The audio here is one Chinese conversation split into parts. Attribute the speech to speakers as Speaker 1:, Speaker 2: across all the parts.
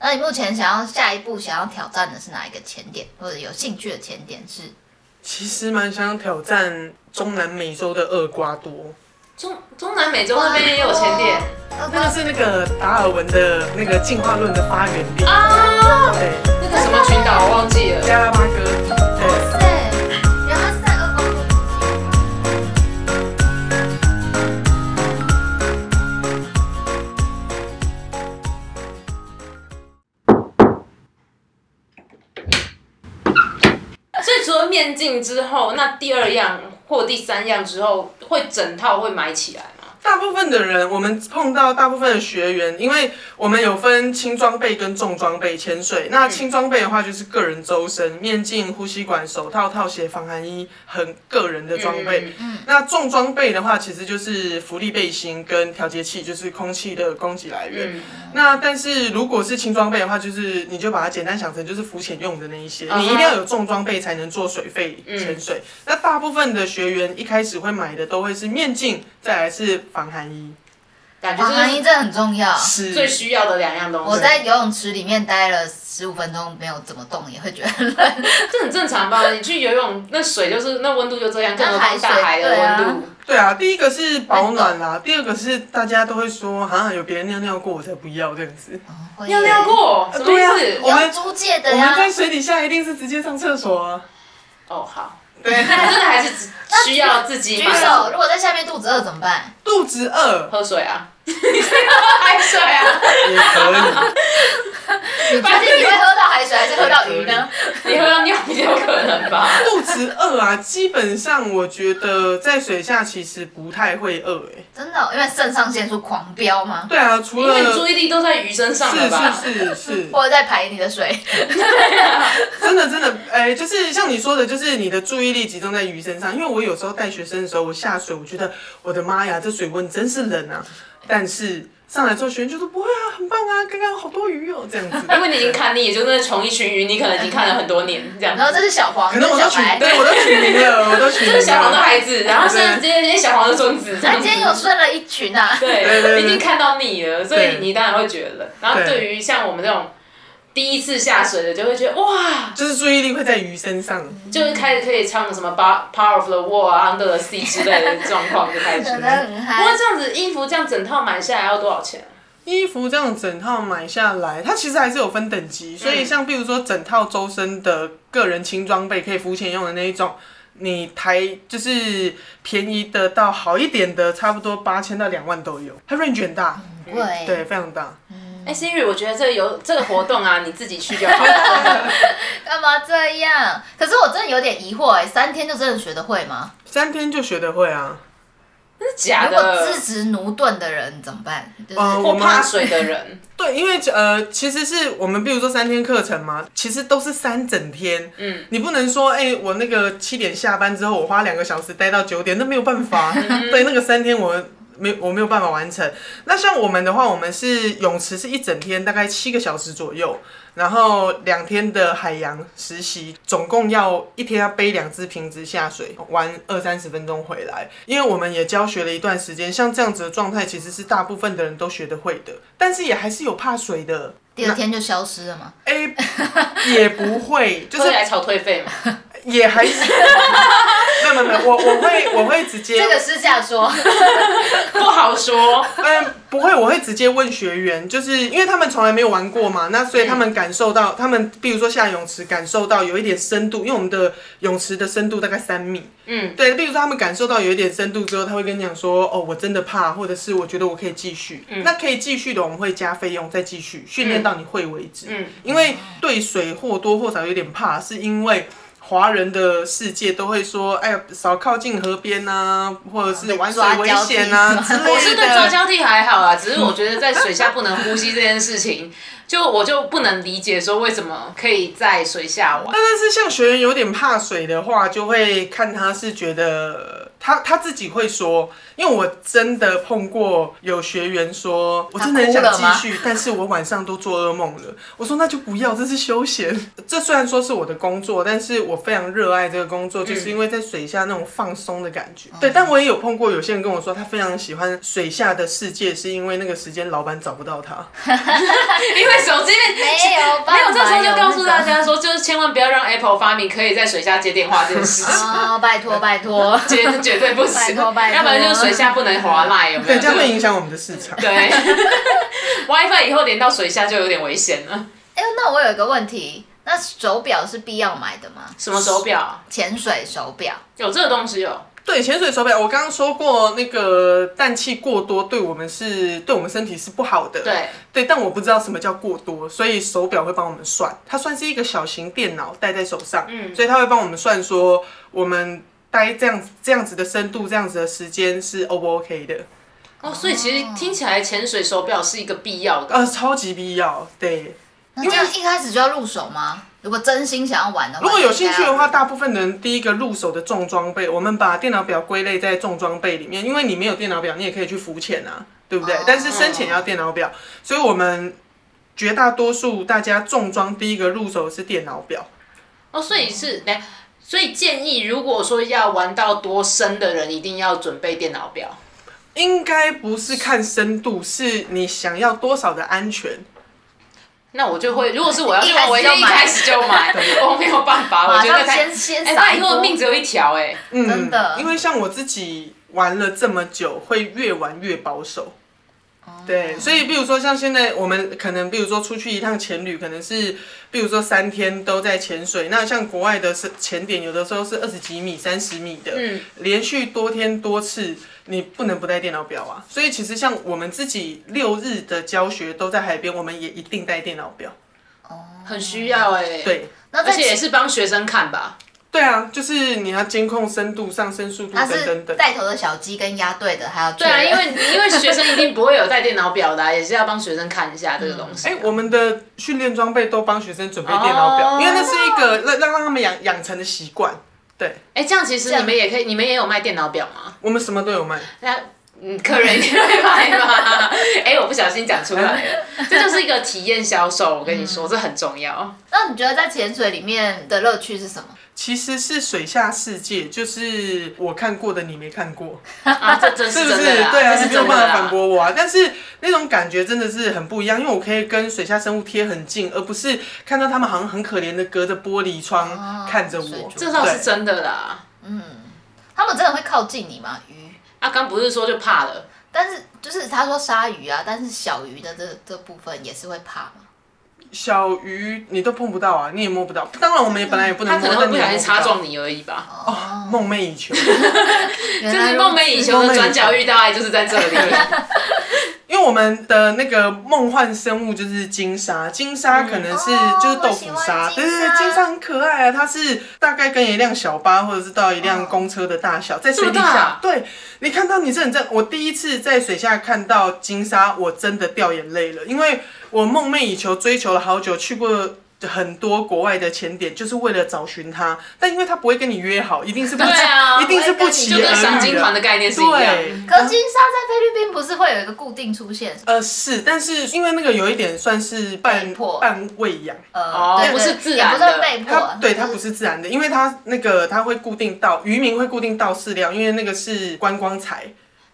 Speaker 1: 那你目前想要下一步想要挑战的是哪一个潜点，或者有兴趣的潜点是？
Speaker 2: 其实蛮想挑战中南美洲的厄瓜多，
Speaker 3: 中中南美洲那边也有前点
Speaker 1: 哦
Speaker 2: 那个是那个达尔文的那个进化论的发源地，
Speaker 3: 啊，
Speaker 2: 对，
Speaker 3: 那个什么群岛我忘记了。
Speaker 2: 加拉巴哥，对。
Speaker 1: 对，原来是在厄瓜多。
Speaker 3: 所以除了面镜之后，那第二样或第三样之后，会整套会买起来吗？
Speaker 2: 大部分的人，我们碰到大部分的学员，因为我们有分轻装备跟重装备潜水。那轻装备的话，就是个人周身、面镜、呼吸管、手套、套鞋、防寒衣，很个人的装备。那重装备的话，其实就是浮力背心跟调节器，就是空气的供给来
Speaker 3: 嗯
Speaker 2: 源。那但是如果是轻装备的话，就是你就把它简单想成就是浮潜用的那一些，
Speaker 3: 嗯
Speaker 2: 你一定要有重装备才能做水肺潜水。那大部分的学员一开始会买的都会是面镜，再来是防寒衣，
Speaker 3: 感觉
Speaker 1: 防寒
Speaker 3: 就
Speaker 1: 衣
Speaker 3: 是
Speaker 1: 这很重要。
Speaker 2: 是
Speaker 3: 最需要的两样东西。
Speaker 1: 我在游泳池里面待了十五分钟，没有怎么动，也会觉得很冷。
Speaker 3: 这很正常吧？你去游泳，那水就是那温度就这样，更何况大海的
Speaker 1: 对啊
Speaker 3: 温度。
Speaker 2: 对啊。第一个是保暖啦，第二个是大家都会说，好像有别人尿尿过我才不要这样子。
Speaker 1: 会
Speaker 3: 尿尿过什么
Speaker 2: 对啊
Speaker 3: 意思？
Speaker 2: 我们
Speaker 1: 有租借的
Speaker 2: 我
Speaker 1: 呀
Speaker 3: 啊
Speaker 2: 们。在水底下一定是直接上厕所啊。
Speaker 3: 哦，好，
Speaker 2: 对，
Speaker 3: 那真的还是只需要自己
Speaker 1: 举
Speaker 3: 买
Speaker 1: 手，如果在下面肚子饿怎么办？
Speaker 2: 肚子饿
Speaker 3: 喝水啊，海水啊，
Speaker 2: 也可以。
Speaker 1: 你 确定你会喝到海水还是喝到鱼呢？
Speaker 3: 你喝到尿比较有可能吧？
Speaker 2: 肚子饿啊，基本上我觉得在水下其实不太会饿诶、
Speaker 1: 真的哦、因为肾上腺素狂飙吗？
Speaker 2: 对啊，除
Speaker 3: 因为
Speaker 2: 了
Speaker 3: 你注意力都在鱼身上了吧？
Speaker 2: 是是是 是，
Speaker 1: 或者在排你的水？
Speaker 2: 真的真的，哎、就是像你说的，就是你的注意力集中在鱼身上。因为我有时候带学生的时候，我下水，我觉得我的妈呀，这水温真是冷啊！但是上来之后，学员就说不会啊，很棒啊，刚刚好多鱼哦，这样子。
Speaker 3: 因为你已经看腻，也就是同一群鱼，你可能已经看了很多年这样
Speaker 1: 然后
Speaker 3: 子。
Speaker 1: 这是小黄，
Speaker 2: 可能我
Speaker 1: 这
Speaker 2: 都
Speaker 1: 是
Speaker 2: 取
Speaker 1: 小白，。
Speaker 2: 对我都取名了，我都取名
Speaker 3: 这是 小黄的
Speaker 2: 了。
Speaker 3: 孩子，然后现在今天今天小黄的孙子，这
Speaker 1: 哎
Speaker 3: 样
Speaker 1: 今
Speaker 3: 子
Speaker 1: 天又生了一群啊！
Speaker 2: 对对
Speaker 3: 对，
Speaker 2: 对
Speaker 3: 你已经看到腻了，所以
Speaker 2: 对
Speaker 3: 你当然会觉得。然后
Speaker 2: 对
Speaker 3: 对于像我们这种第一次下水的，就会觉得哇，
Speaker 2: 就是注意力会在鱼身上，
Speaker 3: 就是开始可以唱什么《Power Power of the Wall》啊，《Under the Sea》之类的状况就开始。
Speaker 1: 真的很
Speaker 3: 不过
Speaker 1: 嗨。
Speaker 3: 这样子衣服这样整套买下来要多少钱啊？
Speaker 2: 衣服这样整套买下来，它其实还是有分等级，所以像比如说整套周身的个人轻装备，可以浮潜用的那一种，你台就是便宜的到好一点的，差不多八千到两万都有，它 range 很大，
Speaker 1: 对
Speaker 2: 对，非常大。
Speaker 3: 哎、s i r i 我觉得这个游这个活动啊，你自己去就好了。
Speaker 1: 干嘛这样？可是我真的有点疑惑哎、三天就真的学得会吗？
Speaker 2: 三天就学得会啊，
Speaker 3: 真的 假
Speaker 1: 如果
Speaker 3: 的
Speaker 1: 支？持奴钝的人怎么办？就是、
Speaker 2: 呃
Speaker 3: 或
Speaker 2: 我们
Speaker 3: 怕水的人，
Speaker 2: 对，因为呃，其实是我们比如说三天课程嘛，其实都是三整天，
Speaker 3: 嗯，
Speaker 2: 你不能说哎、我那个七点下班之后，我花两个小时待到九点，那没有 办法，
Speaker 1: 嗯
Speaker 2: 对，那个三天我。没，我没有办法完成。那像我们的话，我们是泳池是一整天，大概七个小时左右，然后两天的海洋实习，总共要一天要背两只瓶子下水，玩二三十分钟回来。因为我们也教学了一段时间，像这样子的状态，其实是大部分的人都学得会的，但是也还是有怕水的。
Speaker 1: 第二天就消失了吗？
Speaker 2: 哎、也不 会，就
Speaker 3: 会
Speaker 2: 是
Speaker 3: 来吵退费嘛？
Speaker 2: 也还是， 没有没有没有，我我会我会直接，
Speaker 1: 这个私下 说，
Speaker 3: 不好 说。
Speaker 2: 嗯，不会，我会直接问学员，就是因为他们从来没有玩过
Speaker 3: 嗯
Speaker 2: 嘛，那所以他们感受到，他们比如说下泳池感受到有一点深度，因为我们的泳池的深度大概三米，
Speaker 3: 嗯，
Speaker 2: 对，比如说他们感受到有一点深度之后，他会跟你讲说，哦，我真的怕，或者是我觉得我可以继续，
Speaker 3: 嗯
Speaker 2: 那可以继续的，我们会加费用再继续训练到你会为止，
Speaker 3: 嗯
Speaker 2: 因为对水或多或少有点怕，是因为。华人的世界都会说，哎呀，少靠近河边呐、或者是玩水危险呐、
Speaker 1: 抓交替
Speaker 2: 之类的。
Speaker 3: 我是对啊抓交替还好啊，只是我觉得在水下不能呼吸这件事情，就我就不能理解说为什么可以在水下 玩。
Speaker 2: 但是像学员有点怕水的话，就会看他是觉得他他自己会说，因为我真的碰过有学员说，我真的很想继续，但是我晚上都做噩梦了。我说那就不要，这是休闲。这虽然说是我的工作，但是我非常热爱这个工作，就是因为在水下那种放松的感觉。对，但我也有碰过有些人跟我说，他非常喜欢水下的世界，是因为那个时间老板找不到他。
Speaker 3: 因为手机被
Speaker 1: 么办？
Speaker 3: 没有，这时候
Speaker 1: 白
Speaker 3: 就
Speaker 1: 龙
Speaker 3: 告诉
Speaker 1: 那
Speaker 3: 大
Speaker 1: 个
Speaker 3: 家说，就是千万不要让 Apple 发明可以在水下接电话这件事 情，
Speaker 1: 啊，拜托拜托，
Speaker 3: 绝绝对不行，
Speaker 1: 拜托拜托
Speaker 3: 要不然就是水下不能滑赖，有没
Speaker 2: 对，
Speaker 3: 有？
Speaker 2: 这样会影响我们的市场。
Speaker 3: 对 ，WiFi 以后连到水下就有点危险了。
Speaker 1: 哎、那我有一个问题，那手表是必要买的吗？
Speaker 3: 什么手表？
Speaker 1: 潜水手表，
Speaker 3: 有这个东西哦。
Speaker 2: 对，潜水手表，我刚刚说过，那个氮气过多对我们是对我们身体是不好的。
Speaker 3: 对，
Speaker 2: 对，但我不知道什么叫过多，所以手表会帮我们算，它算是一个小型电脑戴在手上，嗯，所以它会帮我们算说我们待这样子这样子的深度、这样子的时间是 O 不 OK 的，
Speaker 3: 哦，所以其实听起来潜水手表是一个必要的。
Speaker 2: 呃，超级必要。对，
Speaker 1: 那这样一开始就要入手吗？如果真心想要玩的话，
Speaker 2: 如果有兴趣的话，
Speaker 1: 应该要
Speaker 2: 大部分人第一个入手的重装备，我们把电脑表归类在重装备里面，因为你没有电脑表，你也可以去浮潜啊，对不对？
Speaker 1: 哦
Speaker 2: 但是深潜要电脑表，所以我们绝大多数大家重装第一个入手的是电脑表。
Speaker 3: 哦，所以是，哎所以建议如果说要玩到多深的人，一定要准备电脑表。
Speaker 2: 应该不是看深度，是你想要多少的安全。
Speaker 3: 那我就会，如果是我要去
Speaker 1: 一开
Speaker 3: 玩，
Speaker 1: 始
Speaker 3: 我一定
Speaker 1: 就
Speaker 3: 一
Speaker 1: 买
Speaker 3: 开始就买， 我没有办法，我
Speaker 1: 马
Speaker 3: 觉得
Speaker 1: 上
Speaker 3: 太，
Speaker 1: 先先
Speaker 3: 哎，
Speaker 1: 撒
Speaker 3: 拜
Speaker 1: 一
Speaker 3: 托，
Speaker 1: 波
Speaker 3: 命只有一条，哎，
Speaker 2: 嗯
Speaker 1: 真的
Speaker 2: 因为像我自己玩了这么久，会越玩越保守。
Speaker 1: 哦
Speaker 2: 对，所以比如说像现在我们可能，比如说出去一趟潜旅，可能是比如说三天都在潜水。那像国外的是潜点，有的时候是二十几米、三十米的，
Speaker 3: 嗯
Speaker 2: 连续多天多次，你不能不带电脑表啊。所以其实像我们自己六日的教学都在海边，我们也一定带电脑表。
Speaker 3: 很需要，哎，，
Speaker 2: 对，
Speaker 1: 那
Speaker 3: 而
Speaker 1: 在
Speaker 3: 且也是帮学生看吧。
Speaker 2: 对啊，就是你要监控深度、上升速度
Speaker 1: 它
Speaker 2: 等等
Speaker 1: 是
Speaker 2: 等。
Speaker 1: 带头的小鸡跟鸭队的，还有
Speaker 3: 对啊，因为因为学生一定不会有带电脑表的啊、也是要帮学生看一下这个东西。
Speaker 2: 哎、我们的训练装备都帮学生准备电脑表，
Speaker 3: 哦
Speaker 2: 因为那是一个让让让他们养养成的习惯。对，
Speaker 3: 哎、这样其实
Speaker 1: 样
Speaker 3: 你们也可以，你们也有卖电脑表吗？
Speaker 2: 我们什么都有卖。
Speaker 3: 那嗯，客人一定会买吗？ 哎、我不小心讲出来了，这就是一个体验销售。我跟你说，这很重要。
Speaker 1: 那你觉得在潜水里面的乐趣是什么？
Speaker 2: 其实是水下世界，就是我看过的你没看过，
Speaker 3: 啊，这
Speaker 2: 是
Speaker 3: 这 是
Speaker 2: 不是？
Speaker 3: 真的啦，
Speaker 2: 对啊，
Speaker 3: 这
Speaker 2: 你
Speaker 3: 是
Speaker 2: 没有
Speaker 3: 真的
Speaker 2: 办
Speaker 3: 啦。
Speaker 2: 法反驳我啊。但是那种感觉真的是很不一样，因为我可以跟水下生物贴很近，而不是看到他们好像很可怜的隔着玻璃窗看着
Speaker 1: 水
Speaker 2: 我。
Speaker 1: 族
Speaker 3: 啊这倒是
Speaker 2: 对
Speaker 3: 真的啦。
Speaker 1: 他们真的会靠近你吗？鱼？
Speaker 3: 阿刚不是说就怕了，
Speaker 1: 但是就是他说鲨鱼啊，但是小鱼的这这部分也是会怕吗？
Speaker 2: 小鱼你都碰不到啊，你也摸不到。当然，我们也本来也不能
Speaker 3: 他
Speaker 2: 摸，
Speaker 3: 可能会
Speaker 2: 但
Speaker 3: 不
Speaker 2: 你
Speaker 3: 小
Speaker 2: 也
Speaker 3: 心
Speaker 2: 摸
Speaker 3: 插
Speaker 2: 到
Speaker 3: 中你而已吧。
Speaker 2: 哦，梦寐以求。
Speaker 1: 这
Speaker 3: 这是梦寐以求的转角遇到爱，就是在这里。
Speaker 2: 因为我们的那个梦幻生物就是金鲨，金
Speaker 3: 嗯
Speaker 2: 鲨可能是
Speaker 1: 哦
Speaker 2: 就是豆腐鲨，
Speaker 1: 我喜欢金鲨
Speaker 2: 对对对，金鲨很可爱啊，它是大概跟一辆小巴或者是到一辆公车的大小，在水底
Speaker 3: 这么大
Speaker 2: 下
Speaker 3: 啊，
Speaker 2: 对你看到你是很正，我第一次在水下看到金鲨，我真的掉眼泪了，因为我梦寐以求追求了好久，去过。很多国外的潜点就是为了找寻它，但因为它不会跟你约好，一定是不，
Speaker 3: 对啊
Speaker 2: 一定是不期
Speaker 3: 就
Speaker 2: 而遇的，
Speaker 3: 跟赏金团的概念是一样。
Speaker 2: 对，
Speaker 1: 可是金鲨在菲律宾不是会有一个固定出现？
Speaker 2: 呃，是，但是因为那个有一点算是半
Speaker 1: 被迫
Speaker 2: 半喂养，
Speaker 1: 呃，
Speaker 3: 哦
Speaker 1: 对对
Speaker 3: 不是自然
Speaker 1: 也不
Speaker 3: 的
Speaker 1: 算被迫啊嗯
Speaker 2: 它，对它
Speaker 1: 就
Speaker 2: 不是自然的，因为它那个它会固定到渔民会固定到饲料，因为那个是观光财。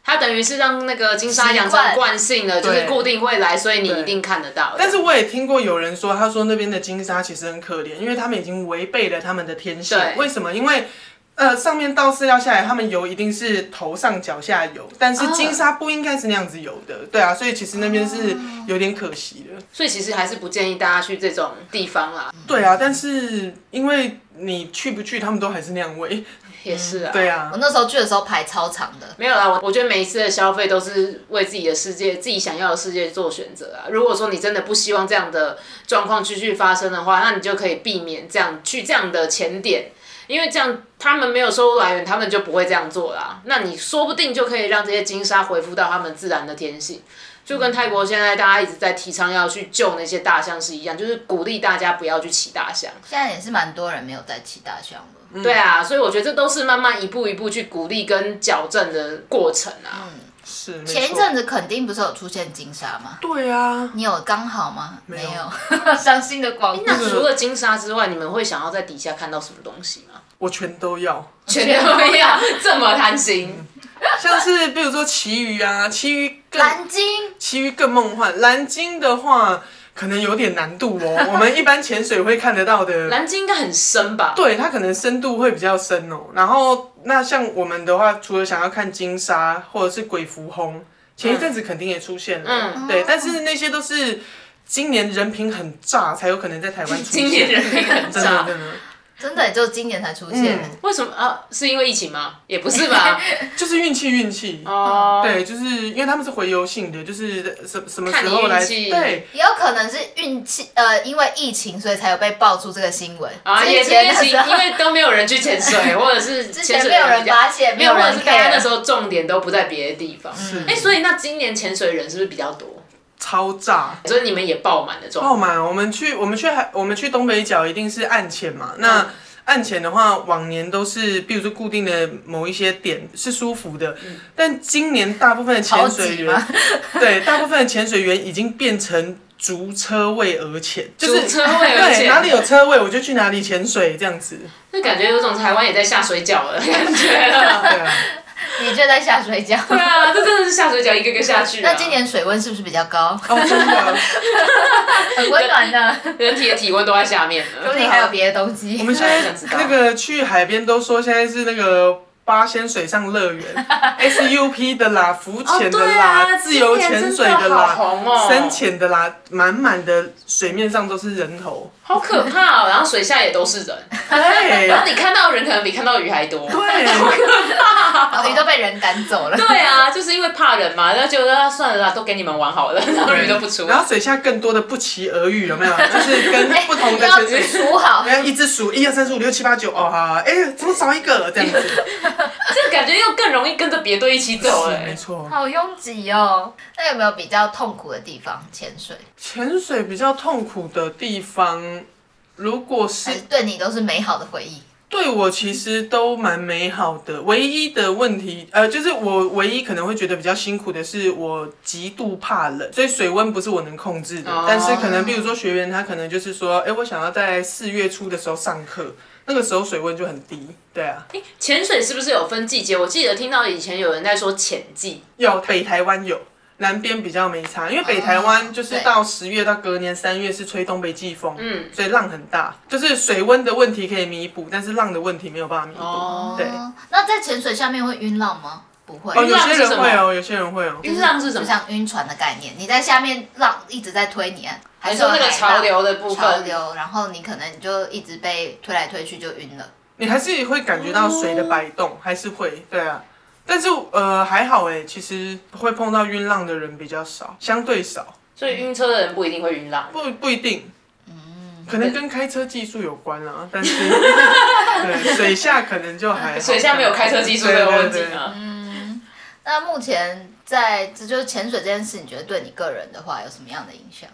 Speaker 3: 它等于是让那个金鲨养
Speaker 1: 习
Speaker 3: 成
Speaker 1: 惯
Speaker 3: 惯性了，就是
Speaker 2: 对
Speaker 3: 固定未来，所以你
Speaker 2: 对
Speaker 3: 一定看得到。
Speaker 2: 但是我也听过有人说，他说那边的金鲨其实很可怜，因为他们已经违背了他们的天性
Speaker 3: 对。
Speaker 2: 为什么？因为呃，上面倒饲料下来，他们游一定是头上脚下游，但是
Speaker 3: 啊
Speaker 2: 金鲨不应该是那样子游的，对啊，所以其实那边是
Speaker 1: 啊
Speaker 2: 有点可惜的。
Speaker 3: 所以其实还是不建议大家去这种地方啦，
Speaker 2: 对啊，但是因为你去不去，他们都还是那样喂。
Speaker 3: 也是啊。
Speaker 2: 对啊
Speaker 1: 嗯我，那时候去的时候排超长的，
Speaker 3: 没有啦，我我觉得每一次的消费都是为自己的世界、自己想要的世界做选择啊。如果说你真的不希望这样的状况继续发生的话，那你就可以避免这样去这样的前点，因为这样他们没有收入来源，他们就不会这样做啦。那你说不定就可以让这些金鲨恢复到他们自然的天性，就跟泰国现在大家一直在提倡要去救那些大象是一样，就是鼓励大家不要去骑大象。
Speaker 1: 现在也是蛮多人没有在骑大象
Speaker 2: 嗯
Speaker 1: 了。
Speaker 3: 对啊，所以我觉得这都是慢慢一步一步去鼓励跟矫正的过程啊。
Speaker 2: 是没
Speaker 1: 前一
Speaker 2: 错
Speaker 1: 阵子肯定不是有出现金鲨吗？
Speaker 2: 对啊，
Speaker 1: 你有刚好吗？
Speaker 2: 没
Speaker 1: 没
Speaker 2: 有
Speaker 1: 有， 伤心的广告
Speaker 3: 那除了金沙之外，你们会想要在底下看到什么东西 吗？
Speaker 2: 我全都 要，
Speaker 3: 全都要这么贪心？
Speaker 2: 嗯像是比如说旗鱼啊，旗鱼更
Speaker 1: 蓝鲸
Speaker 2: 旗鱼更梦幻，蓝鲸的话。可能有点难度 哦。我们一般潜水会看得到的，
Speaker 3: 蓝鲸应该很深吧？
Speaker 2: 对它可能深度会比较深哦。然后那像我们的话，除了想要看金鲨或者是鬼蝠鲼，前一阵子肯定也出现了，
Speaker 3: 嗯
Speaker 2: 对，但是那些都是今年人品很炸才有可能在台湾出现。
Speaker 3: 今年人品很
Speaker 2: 真的
Speaker 3: 差，
Speaker 2: 真的
Speaker 1: 真的也就今年才出现。
Speaker 2: 嗯
Speaker 3: 为什么啊？是因为疫情吗？也不 是吧？
Speaker 2: 就是运气运气。
Speaker 3: 哦，
Speaker 2: 对，就是因为他们是回游性的，就是什什么
Speaker 3: 看
Speaker 2: 时
Speaker 3: 你
Speaker 2: 候来？
Speaker 3: 运气
Speaker 2: 对，
Speaker 1: 也有可能是运气，呃，因为疫情，所以才有被爆出这个新闻。
Speaker 3: 啊，也
Speaker 1: 之
Speaker 3: 是因
Speaker 1: 前的
Speaker 3: 为
Speaker 1: 时候
Speaker 3: 因，为都没有人去潜 水，或者是
Speaker 1: 之前
Speaker 3: 潜水
Speaker 1: 没有人
Speaker 3: 比较
Speaker 1: 发现，
Speaker 3: 没
Speaker 1: 有
Speaker 3: 或者
Speaker 1: 人
Speaker 3: 是大家那
Speaker 1: care
Speaker 3: 时。候重点都不在别的地方。
Speaker 2: 是
Speaker 3: 哎，所以那今年潜水人是不是比较多？
Speaker 2: 超炸。
Speaker 3: 所以你们也爆满的状
Speaker 2: 爆
Speaker 3: 况。
Speaker 2: 满！我们去我们去海我们去东北角一定是岸潜嘛。那
Speaker 3: 嗯
Speaker 2: 岸潜的话，往年都是比如说固定的某一些点是舒服的，
Speaker 3: 嗯
Speaker 2: 但今年大部分的潜水
Speaker 1: 超
Speaker 2: 员， 对大部分的潜水员已经变成逐车位而潜，就是
Speaker 3: 逐车位而
Speaker 2: 对
Speaker 3: 潜
Speaker 2: 哪里有车位我就去哪里潜水这样子。
Speaker 3: 那感觉有种台湾也在下水饺的感觉
Speaker 2: 对
Speaker 3: 了。
Speaker 2: 啊，
Speaker 1: 你就在下水饺。
Speaker 3: 对啊，这真的是下水饺一个个下去、啊。
Speaker 1: 那今年水温是不是比较高？
Speaker 2: 哦真的，
Speaker 1: 很温暖的，
Speaker 3: 人体的体温都在下面
Speaker 1: 说
Speaker 3: 了
Speaker 1: 不。定还有别的东西。
Speaker 2: 我们现
Speaker 3: 想知
Speaker 2: 在
Speaker 3: 道
Speaker 2: 那个去海边都说现在是那个。八仙水上乐 园，SUP 的啦，浮潜的啦，自由潜水
Speaker 3: 哦啊今年真的
Speaker 2: 啦，
Speaker 3: 好红哦，
Speaker 2: 深浅的啦，满满的水面上都是人 头。
Speaker 3: 好可怕哦。然后水下也都是人，
Speaker 2: 对
Speaker 3: 然后你看到人可能比看到鱼还多。
Speaker 2: 对，啊
Speaker 1: 哦鱼都被人赶走了。
Speaker 3: 对啊，就是因为怕人嘛，然后觉得啊算了啦，都给你们玩好了，然后鱼都不出。
Speaker 2: 然后水下更多的不期而遇，有没 有？就是跟不同的
Speaker 1: 哎要
Speaker 2: 潜水。
Speaker 3: 哎
Speaker 1: 数好，
Speaker 2: 然后一只数一二三四五六七八九哦好，哎、怎么少一个这样 子？
Speaker 3: 这个感觉又更容易跟着别队一起走
Speaker 2: 是没
Speaker 3: 哎。
Speaker 2: 错，
Speaker 1: 好拥挤哦。那有没有比较痛苦的地方？潜水
Speaker 2: 潜水比较痛苦的地方，如果是
Speaker 3: 哎
Speaker 1: 还是对你都是美好的回忆？
Speaker 2: 对我其实都蛮美好的，唯一的问题，呃，就是我唯一可能会觉得比较辛苦的是，我极度怕冷，所以水温不是我能控制的。
Speaker 3: 哦
Speaker 2: 但是可能，比如说学员他可能就是说，哎，我想要在四月初的时候上课，那个时候水温就很低。对啊，
Speaker 3: 诶潜水是不是有分季节？我记得听到以前有人在说潜季，
Speaker 2: 有北台湾有，南边比较没差，因为北台
Speaker 3: 哦
Speaker 2: 湾就是
Speaker 1: 对
Speaker 2: 到十月到隔年三月是吹东北季风，
Speaker 3: 嗯，
Speaker 2: 所以浪很大，就是水温的问题可以弥补，但是浪的问题没有办法弥补。
Speaker 3: 哦
Speaker 2: 对。
Speaker 1: 哦那在潜水下面会晕浪吗？不会，
Speaker 2: 哦，有
Speaker 3: 浪
Speaker 2: 些
Speaker 3: 是什
Speaker 2: 人
Speaker 3: 么
Speaker 2: 会哦，有些人会哦。
Speaker 3: 晕浪是什
Speaker 1: 就
Speaker 3: 么？
Speaker 1: 像晕船的概念，你在下面浪一直在推你，啊还
Speaker 3: 你
Speaker 1: 是有
Speaker 3: 说那个
Speaker 1: 海浪
Speaker 3: 潮流的部
Speaker 1: 潮
Speaker 3: 分，
Speaker 1: 流，然后你可能就一直被推来推去就晕了。
Speaker 2: 你还是会感觉到水
Speaker 3: 哦
Speaker 2: 的摆动，还是会，对啊。但是呃还好哎、其实会碰到晕浪的人比较少，相对少，
Speaker 3: 所以晕车的人不一定会晕浪。
Speaker 2: 不不一定，
Speaker 3: 嗯
Speaker 2: 可能跟开车技术有关啦。 但是对水下可能就还好
Speaker 3: 水下没有开车技术的问题
Speaker 2: 对对对
Speaker 3: 啊。
Speaker 1: 那目前在这就是潜水这件事，你觉得对你个人的话有什么样的影响？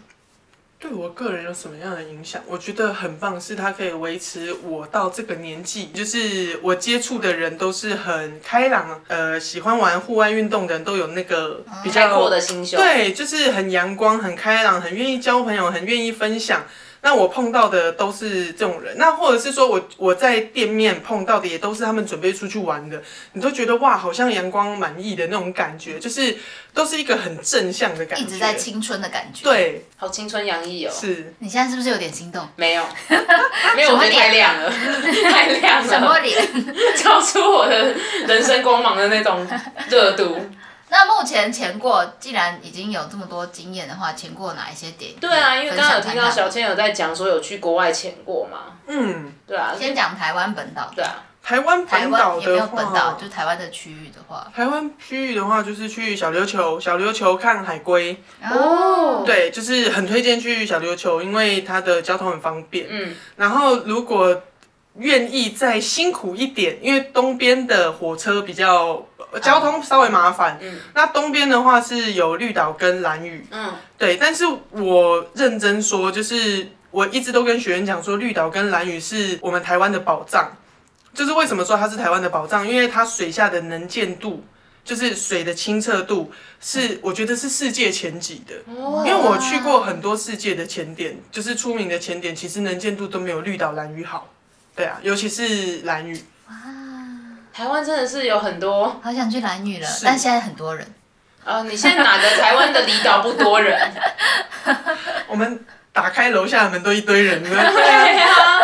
Speaker 2: 对我个人有什么样的影响？我觉得很棒，是它可以维持我到这个年纪，就是我接触的人都是很开朗，呃，喜欢玩户外运动的人都有那个比较
Speaker 3: 嗯开阔的心
Speaker 2: 嗯
Speaker 3: 胸。
Speaker 2: 对，就是很阳光、很开朗、很愿意交朋友、很愿意分享。那我碰到的都是这种人，那或者是说我我在店面碰到的也都是他们准备出去玩的，你都觉得哇，好像阳光满溢的那种感觉，就是都是一个很正向的感觉。
Speaker 1: 一直在青春的感觉。，
Speaker 2: 对，
Speaker 3: 好青春洋溢哦。
Speaker 2: 是
Speaker 1: 你现在是不是有点心动？
Speaker 3: 没 有，没有，我觉得太亮了， 太亮
Speaker 1: 什么
Speaker 3: 了，
Speaker 1: 脸？
Speaker 3: 超出我的人生光芒的那 种热度。
Speaker 1: 那目前潜过，既然已经有这么多经验的话，潜过哪一些点？
Speaker 3: 对啊，因为刚刚有
Speaker 1: 分享
Speaker 3: 听
Speaker 1: 看
Speaker 3: 到
Speaker 1: 看
Speaker 3: 小倩有在讲说有去国外潜过嘛，
Speaker 2: 嗯，
Speaker 3: 对啊，
Speaker 1: 先讲台湾本岛，
Speaker 3: 对啊，
Speaker 2: 台湾
Speaker 1: 台
Speaker 2: 本岛
Speaker 1: 湾也没
Speaker 2: 的
Speaker 1: 有
Speaker 2: 话，
Speaker 1: 本岛，就台湾的区域的
Speaker 3: 哦
Speaker 1: 话，
Speaker 2: 台湾区域的话，就是去小琉球，小琉球看海龟，
Speaker 3: 哦
Speaker 2: 对，就是很推荐去小琉球，因为它的交通很方便。
Speaker 3: 嗯，
Speaker 2: 然后如果愿意再辛苦一点，因为东边的火车比较呃交通稍微麻烦，
Speaker 3: 嗯
Speaker 2: 那东边的话是有绿岛跟蓝屿，
Speaker 3: 嗯，
Speaker 2: 对，但是我认真说，就是我一直都跟学员讲说，绿岛跟蓝屿是我们台湾的宝藏。就是为什么说它是台湾的宝藏，因为它水下的能见度，就是水的清澈度，是我觉得是世界前几的。
Speaker 1: 嗯
Speaker 3: 哦
Speaker 2: 因为我去过很多世界的潜点，就是出名的潜点，其实能见度都没有绿岛蓝屿好。对啊，尤其是蓝屿，
Speaker 1: 啊
Speaker 3: 台湾真的是有很多，啊
Speaker 1: 好想去蓝屿了，但现在很多人。
Speaker 3: 呃，你现在哪个台湾的离岛不多人？
Speaker 2: 我们打开楼下的门都一堆人呢。
Speaker 3: 对啊，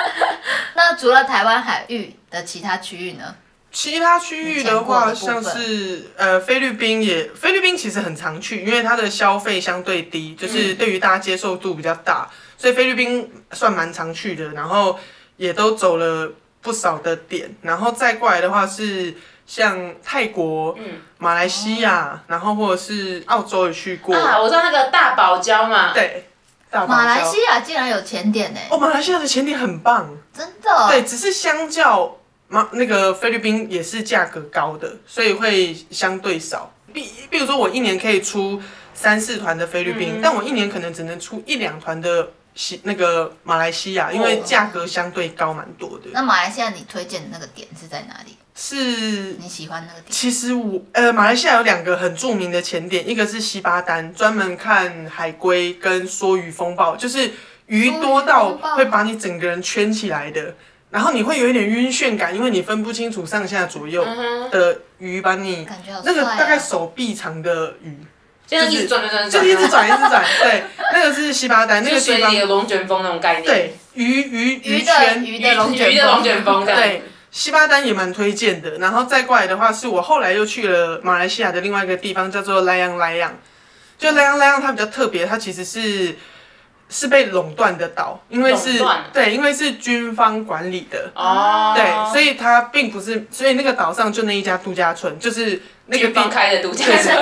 Speaker 1: 那除了台湾海域的其他区域呢？
Speaker 2: 其他区域的话，
Speaker 1: 你见过的
Speaker 2: 像
Speaker 1: 部分
Speaker 2: 是呃菲律宾也，菲律宾其实很常去，因为它的消费相对低，
Speaker 1: 嗯
Speaker 2: 就是对于大家接受度比较大，所以菲律宾算蛮常去的。然后也都走了不少的点，然后再过来的话是像泰国、
Speaker 1: 嗯
Speaker 2: 马来西亚，然后或者是澳洲也去过，
Speaker 3: 啊，我知道那个大堡礁嘛，
Speaker 2: 对，大堡礁
Speaker 1: 马来西亚竟然有前点呢、
Speaker 2: 哦，马来西亚的潜点很棒。
Speaker 1: 真的。哦
Speaker 2: 对，哎只是相较嘛，那个菲律宾也是价格高的，所以会相对少。比比如说，我一年可以出三四团的菲律宾，但我一年可能只能出一两团的西那个马来西亚，因为价格相对高蛮多的。
Speaker 1: 那马来西亚你推荐的那个点是在哪里？
Speaker 2: 是，
Speaker 1: 你喜欢那个点？
Speaker 2: 其实我呃，马来西亚有两个很著名的潜点，一个是西巴丹，专门看海龟跟梭鱼风暴，就是鱼多
Speaker 1: 梭鱼
Speaker 2: 到
Speaker 1: 风暴
Speaker 2: 会把你整个人圈起来的。然后你会有一点晕眩感，因为你分不清楚上下左右
Speaker 1: 嗯
Speaker 2: 的鱼把你
Speaker 1: 感觉好帅、
Speaker 2: 那
Speaker 1: 啊。
Speaker 2: 个大概手臂长的鱼，
Speaker 3: 就
Speaker 2: 就是
Speaker 3: 一直转转转
Speaker 2: 就
Speaker 3: 转，
Speaker 2: 一直转一直转。对，那个是西巴丹，那
Speaker 3: 就
Speaker 2: 个
Speaker 3: 是
Speaker 2: 地
Speaker 3: 水
Speaker 2: 方
Speaker 3: 里的龙卷风那种概念，
Speaker 2: 对鱼鱼
Speaker 1: 鱼的
Speaker 2: 圈
Speaker 1: 鱼
Speaker 3: 鱼
Speaker 1: 的龙卷
Speaker 3: 鱼的龙卷风这样，
Speaker 2: 对，西巴丹也蛮推荐的。然后再过来的话，是我后来又去了马来西亚的另外一个地方，叫做莱阳莱阳。就莱阳莱阳它比较特别，它其实是是被垄断的岛，因为是
Speaker 3: 垄断啊
Speaker 2: 对，因为是军方管理的。
Speaker 3: 哦，
Speaker 2: 对，所以它并不是，所以那个岛上就那一家度假村，就是那个
Speaker 3: 军
Speaker 2: 地
Speaker 3: 方，开的独家村，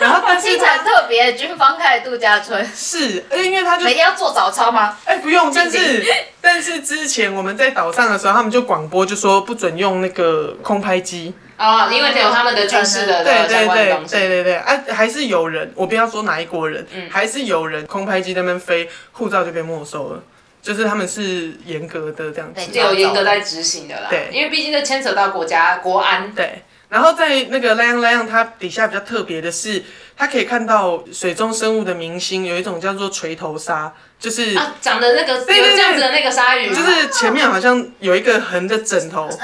Speaker 2: 然后但是
Speaker 1: 听起来
Speaker 2: 它
Speaker 1: 特别，军方开的度假村，
Speaker 2: 是，而且因为它就
Speaker 1: 每天要做早操吗？
Speaker 2: 哎、不用，但是但是之前我们在岛上的时候，他们就广播就说不准用那个空拍机，
Speaker 3: 哦，因为得有他们的军事的
Speaker 2: 对
Speaker 3: 的
Speaker 2: 对
Speaker 3: 相关的
Speaker 2: 对
Speaker 3: 东西，嗯
Speaker 2: 对对对，啊，还是有人，我不要说哪一国人，还是有人空拍机在那边飞，护照就被没收了，就是他们是严格的这样子
Speaker 1: 对，
Speaker 3: 是有严格在执行的啦，
Speaker 2: 对
Speaker 3: 因为毕竟这牵扯到国家国安，
Speaker 2: 对。然后在那个 Lion Lion 它底下比较特别的是，它可以看到水中生物的明星，有一种叫做锤头鲨，就是、
Speaker 3: 啊，长得那个
Speaker 2: 对对
Speaker 3: 有这样子的那个鲨鱼，
Speaker 2: 就是前面好像有一个横着枕 头，
Speaker 3: 我知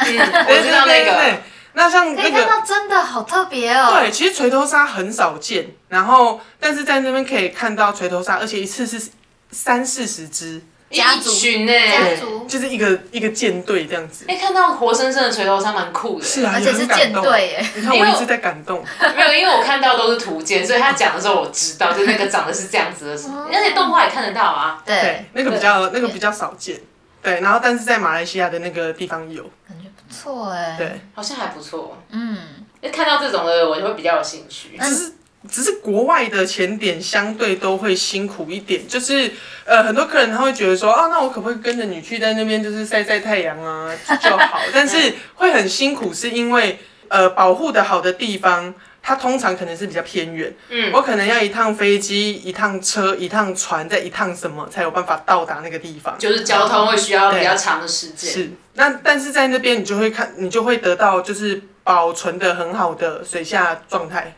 Speaker 3: 道那
Speaker 2: 对对
Speaker 3: 个
Speaker 2: 对，那像
Speaker 1: 可
Speaker 2: 那
Speaker 1: 以哎看
Speaker 2: 个
Speaker 1: 到真的好特别哦。
Speaker 2: 对，，其实锤头鲨很少见，然后但是在那边可以看到锤头鲨，而且一次是三四十只，
Speaker 1: 家
Speaker 3: 一
Speaker 1: 族
Speaker 3: 群呢，
Speaker 1: 家
Speaker 3: 哎
Speaker 1: 族，
Speaker 2: 就是一个一个舰队这样子。
Speaker 3: 看到活生生的锤头鲨蛮酷的，
Speaker 2: 是啊，
Speaker 1: 哎而且
Speaker 2: 也
Speaker 1: 是
Speaker 2: 很感
Speaker 1: 舰
Speaker 2: 动
Speaker 1: 队耶。
Speaker 2: 你看
Speaker 3: 因
Speaker 2: 我
Speaker 3: 为
Speaker 2: 一
Speaker 3: 我
Speaker 2: 直在感动，
Speaker 3: 没有，因为我看到都是图鉴，所以他讲的时候我知道，就那个长得是这样子的，
Speaker 1: 哦
Speaker 3: 而且动画也看得到啊。
Speaker 1: 对
Speaker 2: 对，，那个比较那个比较少见，对，然后但是在马来西亚的那个地方有，
Speaker 1: 感觉不错哎。
Speaker 2: 对，
Speaker 3: 好像还不错。
Speaker 1: 嗯，
Speaker 3: 那看到这种的，我就会比较有兴趣。
Speaker 2: 只是只是国外的前点相对都会辛苦一点，就是呃很多客人他会觉得说啊，那我可不可以跟着你去在那边就是晒晒太阳啊就好，但是会很辛苦，是因为呃保护的好的地方。它通常可能是比较偏远，
Speaker 3: 嗯
Speaker 2: 我可能要一趟飞机、一趟车、一趟船，再一趟什么才有办法到达那个地方。
Speaker 3: 就是交通会需要比较长的时间。
Speaker 2: 是，那但是在那边你就会看，你就会得到就是保存的很好的水下状态。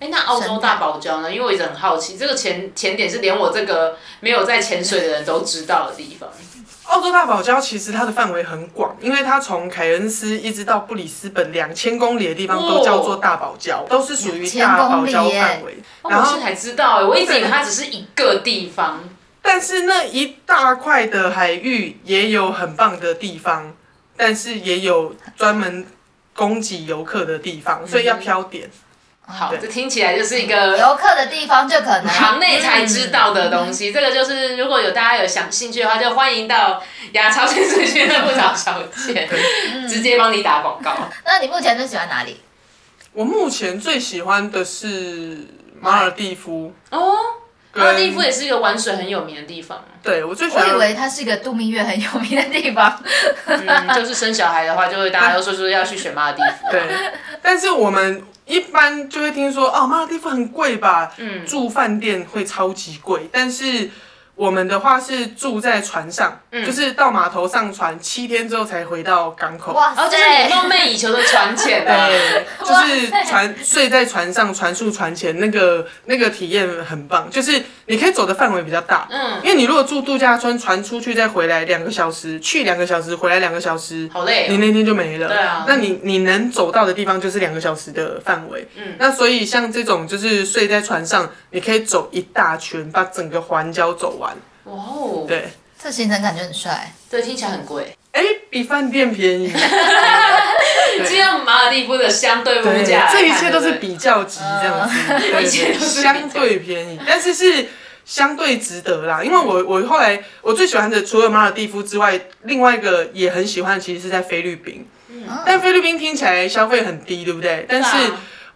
Speaker 3: 哎，那澳洲大堡礁呢？因为我一直很好奇，这个潜潜点是连我这个没有在潜水的人都知道的地方。
Speaker 2: 澳洲大堡礁其实它的范围很广，因为它从凯恩斯一直到布里斯本两千公里的地方都叫做大堡礁，都是属于大堡礁范围。
Speaker 3: 哦
Speaker 2: 然
Speaker 3: 我现
Speaker 2: 后哦
Speaker 3: 在才知道哎，我一直以为它只是一个地方。
Speaker 2: 但是那一大块的海域也有很棒的地方，但是也有专门供给游客的地方，
Speaker 3: 嗯
Speaker 2: 所以要挑点。
Speaker 3: 好，这听起来就是一个
Speaker 2: 嗯
Speaker 1: 游客的地方就可能
Speaker 3: 行内才知道的东西。这个就是如果有大家有想兴趣的话，就欢迎到牙超潜水俱乐部找小姐，直接帮你打广告。
Speaker 1: 那你目前最喜欢哪里？
Speaker 2: 我目前最喜欢的是马尔蒂夫，
Speaker 3: 哦，
Speaker 2: 跟
Speaker 3: 马尔地夫也是一个玩水很有名的地方，
Speaker 2: 对我最喜
Speaker 1: 我
Speaker 2: 欢
Speaker 1: 以为它是一个度蜜月很有名的地 方。
Speaker 3: 嗯，就是生小孩的话，就会大家都说说要去选马尔地夫。
Speaker 2: 对，但是我们一般就会听说哦，马尔地夫很贵吧？嗯，住饭店会超级贵，但是我们的话是住在船上，
Speaker 1: 嗯
Speaker 2: 就是到码头上船，七天之后才回到港口。
Speaker 1: 哇
Speaker 3: 然后
Speaker 1: 塞，
Speaker 3: 哦就是你梦寐以求的船潜啊，
Speaker 2: 对，就是船睡在船上，船宿船前，那个那个体验很棒，就是你可以走的范围比较大，嗯，因为你如果住度假村，船出去再回来两个小时，去两个小时，回来两个小时，
Speaker 3: 好累哦
Speaker 2: 你那天就没了，对
Speaker 3: 啊
Speaker 2: 那你你能走到的地方就是两个小时的范围，嗯，那所以像这种就是睡在船上，你可以走一大圈，把整个环礁走完，
Speaker 3: 哇哦，
Speaker 2: 对，
Speaker 1: 这行程感觉很帅，
Speaker 3: 这听起来很贵。
Speaker 2: 哎，比饭店便 宜。
Speaker 3: 哎这样马尔蒂夫的相对物
Speaker 2: 对，
Speaker 3: 价来看，
Speaker 2: 这一切都
Speaker 3: 对
Speaker 2: 是
Speaker 3: 不对
Speaker 2: 比较级这样子，对
Speaker 3: 一切
Speaker 2: 对
Speaker 3: 都是比较
Speaker 2: 相对便宜，但是是相对值得啦。因为我我后来我最喜欢的除了马尔蒂夫之外，另外一个也很喜欢的其实是在菲律宾，但菲律宾听起来消费很低，对不对？但是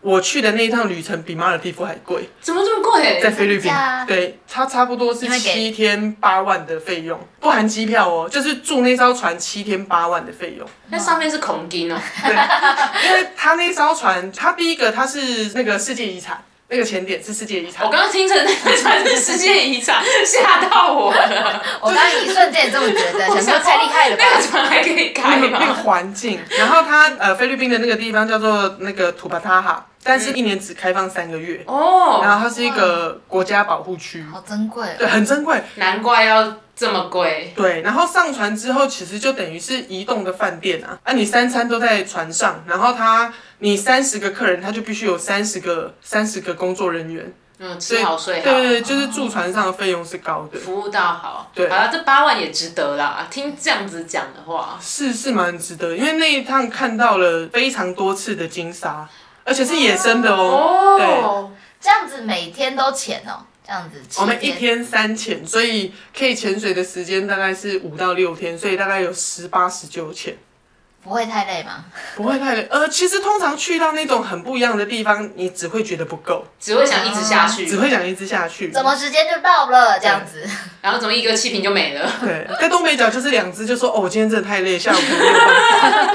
Speaker 2: 我去的那一趟旅程比马尔蒂夫还贵，
Speaker 3: 怎么这么贵？
Speaker 2: 在菲律宾
Speaker 1: 真假，
Speaker 2: 对，它差不多是
Speaker 1: 你会给
Speaker 2: 七天八万的费用，不含机票哦，就是住那艘船七天八万的费用。
Speaker 3: 那上面是孔金哦，
Speaker 2: 因为他那艘船，他第一个他是那个世界遗产，那个前点是世界遗产
Speaker 3: 我。刚刚听成那个船是世界遗 产，吓到我了。
Speaker 1: 我刚刚一瞬间也这么觉 得，想
Speaker 3: 想
Speaker 1: 说太厉害了
Speaker 3: 那个
Speaker 1: 吧？
Speaker 3: 船还可以开
Speaker 2: 那个那个
Speaker 3: 吗？
Speaker 2: 环境，然后它呃菲律宾的那个地方叫做那个土巴塔哈，但是一年只开放三个月，然
Speaker 3: 哦，
Speaker 2: 后它是一个国家保护区，
Speaker 1: 好珍贵哦，
Speaker 2: 对，很珍贵。
Speaker 3: 难怪要这么贵。
Speaker 2: 对，然后上船之后，其实就等于是移动的饭店啊，啊，你三餐都在船上，然后他你三十个客人，他就必须有三十个三十个工作人员，
Speaker 3: 嗯，吃好睡好，
Speaker 2: 对对对，就是住船上的费用是高的。
Speaker 3: 服务到好。
Speaker 2: 对
Speaker 3: 好了，这八万也值得啦。听这样子讲的话，
Speaker 2: 是是蛮值得，因为那一趟看到了非常多次的金鲨，而且是野生的哦。对，
Speaker 3: 哦，
Speaker 1: 这样子每天都潜哦，这样子七
Speaker 2: 我们一天三潜，所以可以潜水的时间大概是五到六天，所以大概有十八、十九潜，
Speaker 1: 不会太累吗？
Speaker 2: 不会太累。呃，其实通常去到那种很不一样的地方，你只会觉得不够，
Speaker 3: 只会想一直下去，
Speaker 2: 只会想一直下去。
Speaker 1: 怎么时间就到了？这样子，
Speaker 3: 然后怎么一个气瓶就没了？
Speaker 2: 对，在东北角就是两只，就说哦，我今天真的太累，下午可能没有办法。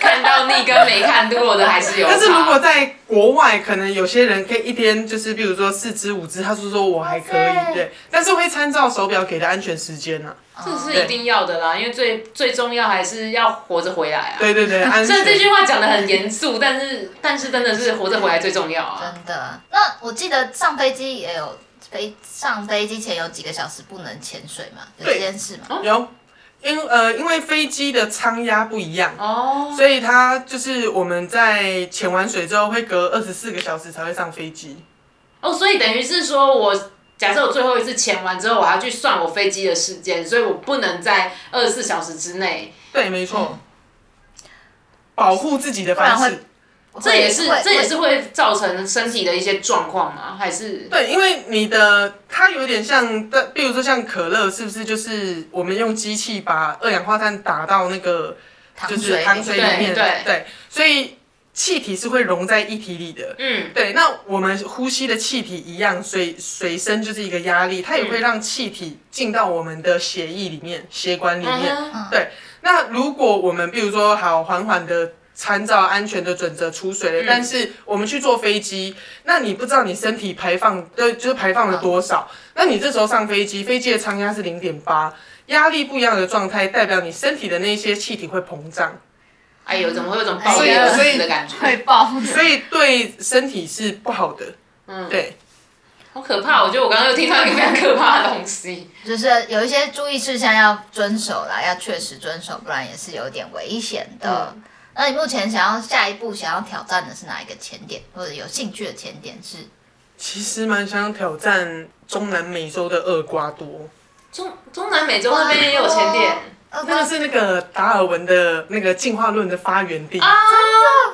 Speaker 3: 看到你跟没看过的还是有差。
Speaker 2: 但是如果在国外，可能有些人可以一天就是，比如说四只五只，他是说我还可
Speaker 1: 哇塞
Speaker 2: 以，对，但是会参照手表给的安全时间啊。
Speaker 3: 这
Speaker 1: 哦
Speaker 3: 是一定要的啦，因为最最重要还是要活着回来啊。
Speaker 2: 对 对对，安
Speaker 3: 虽然这
Speaker 2: 全。
Speaker 3: 句话讲的很严肃，但是但是真的是活着回来最重要啊。
Speaker 1: 真的。那我记得上飞机也有飞，上飞机前有几个小时不能潜水嘛？有
Speaker 2: 对
Speaker 1: 这件事吗？
Speaker 2: 有，因呃，因为飞机的舱压不一样，
Speaker 3: 哦，
Speaker 2: 所以它就是我们在潜完水之后会隔二十四个小时才会上飞机。
Speaker 3: 哦，所以等于是说我。假设我最后一次潜完之后，我还要去算我飞机的时间，所以我不能在二十四小时之内。
Speaker 2: 对，没错。保护自己的
Speaker 1: 哎不然
Speaker 2: 方
Speaker 1: 会
Speaker 2: 式，
Speaker 3: 这也是
Speaker 1: 会
Speaker 3: 这也是会造成身体的一些状况吗？还是
Speaker 2: 对，因为你的它有点像，但比如说像可乐，是不是就是我们用机器把二氧化碳打到那个
Speaker 1: 糖
Speaker 2: 就是
Speaker 1: 水
Speaker 2: 汤水里面，
Speaker 3: 对对
Speaker 2: 所以气体是会溶在液体里的。
Speaker 3: 嗯
Speaker 2: 对，那我们呼吸的气体一样，水水深就是一个压力，它也会让气体进到我们的血液里面、血管里面。
Speaker 3: 嗯哼
Speaker 2: 那如果我们比如说好缓缓的参照安全的准则出水了，但是我们去坐飞机，那你不知道你身体排放对就是排放了多少，那你这时候上飞机，飞机的舱压是零点八，压力不一样的状态，代表你身体的那些气体会膨胀，
Speaker 3: 哎呦，怎么会有种
Speaker 1: 所
Speaker 3: 暴
Speaker 1: 以
Speaker 3: 力而
Speaker 2: 所以
Speaker 3: 死的感觉？
Speaker 1: 会爆。
Speaker 2: 所以对身体是不好的。
Speaker 3: 嗯
Speaker 2: 对，
Speaker 3: 好可怕！我觉得我刚刚又听到一个非常可怕的东西。
Speaker 1: 就是有一些注意事项要遵守啦，要确实遵守，不然也是有点危险的。
Speaker 2: 嗯
Speaker 1: 那你目前想要下一步想要挑战的是哪一个潜点，或者有兴趣的潜点是？
Speaker 2: 其实蛮想挑战中南美洲的厄瓜多，
Speaker 3: 中中南美洲那边也有潜点
Speaker 1: 呃
Speaker 2: 那个是那个达尔文的那个进化论的发源地，
Speaker 3: 啊，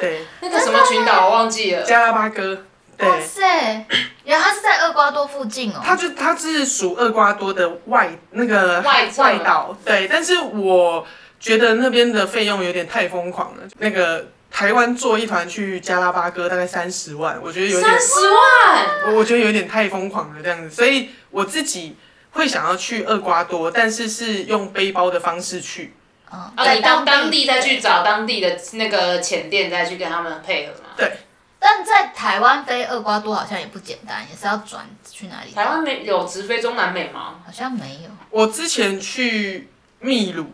Speaker 2: 对，
Speaker 3: 那个什么群岛我忘记了。
Speaker 2: 加拉巴哥，对。
Speaker 1: 哇塞，原来它是在厄瓜多附近哦。
Speaker 2: 它就它是属厄瓜多的外那个
Speaker 3: 外侧
Speaker 2: 外岛，对。但是我觉得那边的费用有点太疯狂了。那个台湾坐一团去加拉巴哥大概三十万，我觉得有点
Speaker 3: 三，十万，
Speaker 2: 我我觉得有点太疯狂了这样子。所以我自己会想要去厄瓜多，但是是用背包的方式去。
Speaker 1: 嗯，
Speaker 3: 啊，你到当地再去找当地的那个潜店，再去跟他们配合嘛。
Speaker 2: 对，
Speaker 1: 但在台湾飞厄瓜多好像也不简单，也是要转去哪里？
Speaker 3: 台湾没有直飞中南美吗？
Speaker 1: 好像没有。
Speaker 2: 我之前去秘鲁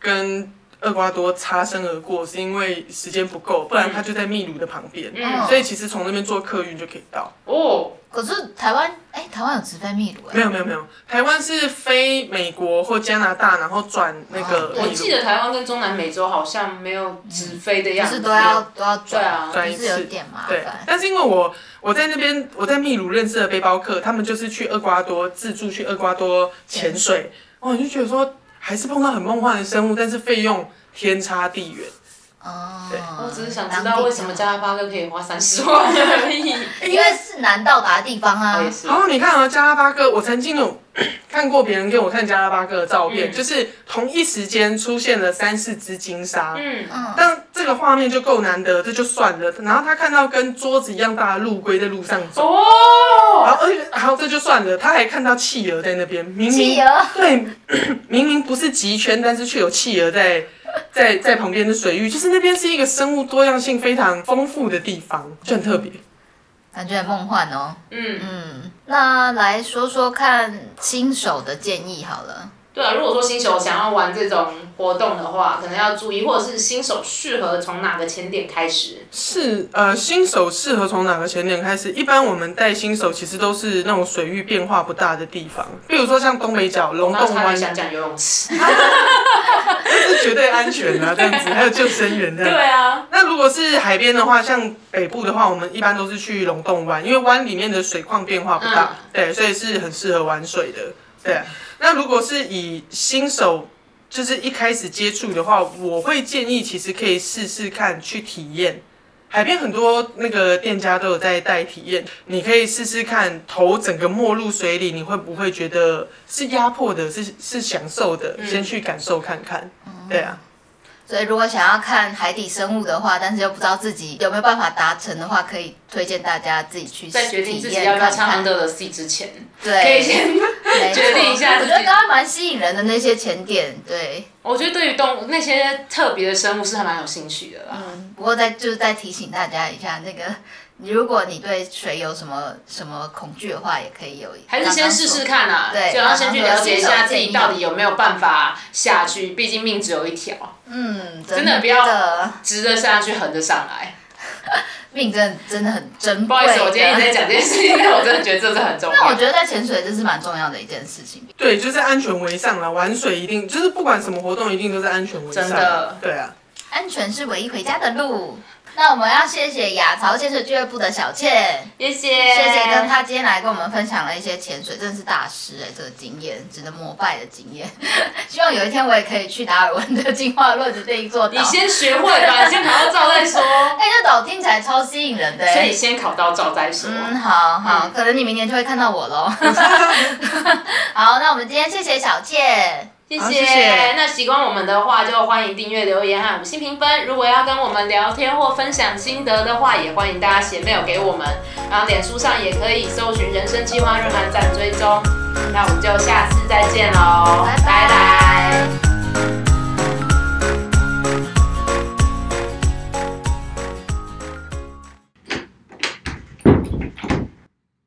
Speaker 2: 跟厄瓜多擦身而过，是因为时间不够，不然它就在秘鲁的旁边，
Speaker 3: 嗯
Speaker 2: 所以其实从那边坐客运就可以到。
Speaker 3: 哦，
Speaker 1: 可是台湾，哎、台湾有直飞秘鲁哎、
Speaker 2: 没有没有没有，台湾是飞美国或加拿大，然后转那
Speaker 1: 哦
Speaker 2: 个秘鲁。
Speaker 3: 我记得台湾跟中南美洲好像没有直飞的样
Speaker 1: 就
Speaker 3: 子，
Speaker 1: 是都要都要
Speaker 3: 对
Speaker 1: 转，
Speaker 3: 啊，
Speaker 2: 转一
Speaker 1: 就是有点麻
Speaker 2: 对
Speaker 1: 烦，。
Speaker 2: 但是因为我我在那边我在秘鲁认识的背包客，他们就是去厄瓜多自助去厄瓜多潜水，哦，你就觉得说还是碰到很梦幻的生物，但是费用天差地远。
Speaker 1: 哦
Speaker 2: 对，
Speaker 3: 我只是想知道为什么加拉巴哥可以花三十万而已。
Speaker 1: 当地的，因为是难到达的地方啊
Speaker 3: 哦我。也是
Speaker 2: 然，后你看啊，加拉巴哥，我曾经有 看过别人给我看加拉巴哥的照片，
Speaker 3: 嗯
Speaker 2: 就是同一时间出现了三四只金鲨。
Speaker 3: 嗯，
Speaker 1: 嗯，
Speaker 2: 但这个画面就够难得，这就算了。然后他看到跟桌子一样大的陆龟在路上走，然
Speaker 3: 哦，
Speaker 2: 后而且然后这就算了，他还看到企鹅在那边，明明
Speaker 1: 企鹅，
Speaker 2: 对， 明明不是极圈，但是却有企鹅在在在旁边的水域，就是那边是一个生物多样性非常丰富的地方，就很特别。
Speaker 1: 感觉很梦幻哦。
Speaker 3: 嗯，
Speaker 1: 嗯，那来说说看新手的建议好了。
Speaker 3: 对啊，如果说新手想要玩这种活动的话，可能要注意，或者是新手适合从哪个前点开始？
Speaker 2: 是呃，新手适合从哪个前点开始？一般我们带新手其实都是那种水域变化不大的地方，比如说像东北角、龙
Speaker 3: 我刚
Speaker 2: 洞
Speaker 3: 才
Speaker 2: 湾，
Speaker 3: 想讲游泳 池。
Speaker 2: 这是绝对安全的、啊、这样子，还有救生 员这样。
Speaker 3: 啊，
Speaker 2: 那如果是海边的话，像北部的话，我们一般都是去龙洞湾，因为湾里面的水况变化不大，
Speaker 3: 嗯
Speaker 2: 对，所以是很适合玩水的。对，那如果是以新手就是一开始接触的话，我会建议其实可以试试看去体验。海边很多那个店家都有在带体验，你可以试试看头整个没入水里，你会不会觉得是压迫的，是是享受的？先去感受看看。对啊，
Speaker 1: 所以如果想要看海底生物的话，但是又不知道自己有没有办法达成的话，可以推荐大家自己去
Speaker 3: 在决定自
Speaker 1: 体
Speaker 3: 己
Speaker 1: 验
Speaker 3: 要不要
Speaker 1: 看
Speaker 3: 唱
Speaker 1: 看
Speaker 3: Under the Sea 之前，可以
Speaker 1: 对，
Speaker 3: 先
Speaker 1: 没错
Speaker 3: 决定一下
Speaker 1: 我
Speaker 3: 自己
Speaker 1: 觉得刚刚蛮吸引人的那些前点，对，
Speaker 3: 我觉得对于动物那些特别的生物是还蛮有兴趣的啦。
Speaker 1: 嗯，不过再就是再提醒大家一下，那个如果你对水有什么什么恐惧的话，也可以有
Speaker 3: 还是先试试看啦、
Speaker 1: 对
Speaker 3: 就要先去了解一下自己到底有没有办法下去，毕竟命只有一条，
Speaker 1: 嗯，真
Speaker 3: 真的不要直着下去，横着上来。
Speaker 1: 命真的真的很珍贵。
Speaker 3: 不好意思，我今天一直在。讲这件事情，但我真的觉得这是很重
Speaker 1: 那我
Speaker 3: 要。
Speaker 1: 觉得在潜水这是蛮重要的一件事情，
Speaker 2: 对，就是安全为上啦。玩水一定就是不管什么活动，一定都是安全为上。
Speaker 3: 真的
Speaker 2: 对啊，
Speaker 1: 安全是唯一回家的路。那我们要谢谢亚潮潜水俱乐部的小倩，
Speaker 3: 谢谢，
Speaker 1: 谢谢跟她今天来跟我们分享了一些潜水，真的是大师哎、这个经验值得膜拜的经验。 希望有一天我也可以去达尔文的进化论的这一座岛。
Speaker 3: 你先学会吧，你先考到照 再说，
Speaker 1: 哎、这岛听起来超吸引人的、欸。
Speaker 3: 所以先考到照再说。
Speaker 1: 嗯，好好，可能你明年就会看到我 喽。 好，那我们今天谢谢小倩，
Speaker 3: 谢
Speaker 2: 好
Speaker 3: 谢。
Speaker 2: 谢谢
Speaker 3: 那喜欢我们的话，就欢迎订阅、留言和五星评分。如果要跟我们聊天或分享心得的话，也欢迎大家写 mail 给我们。然后脸书上也可以搜寻“人生计划日韩站”追踪。那我们就下次再见喽，
Speaker 1: 拜拜。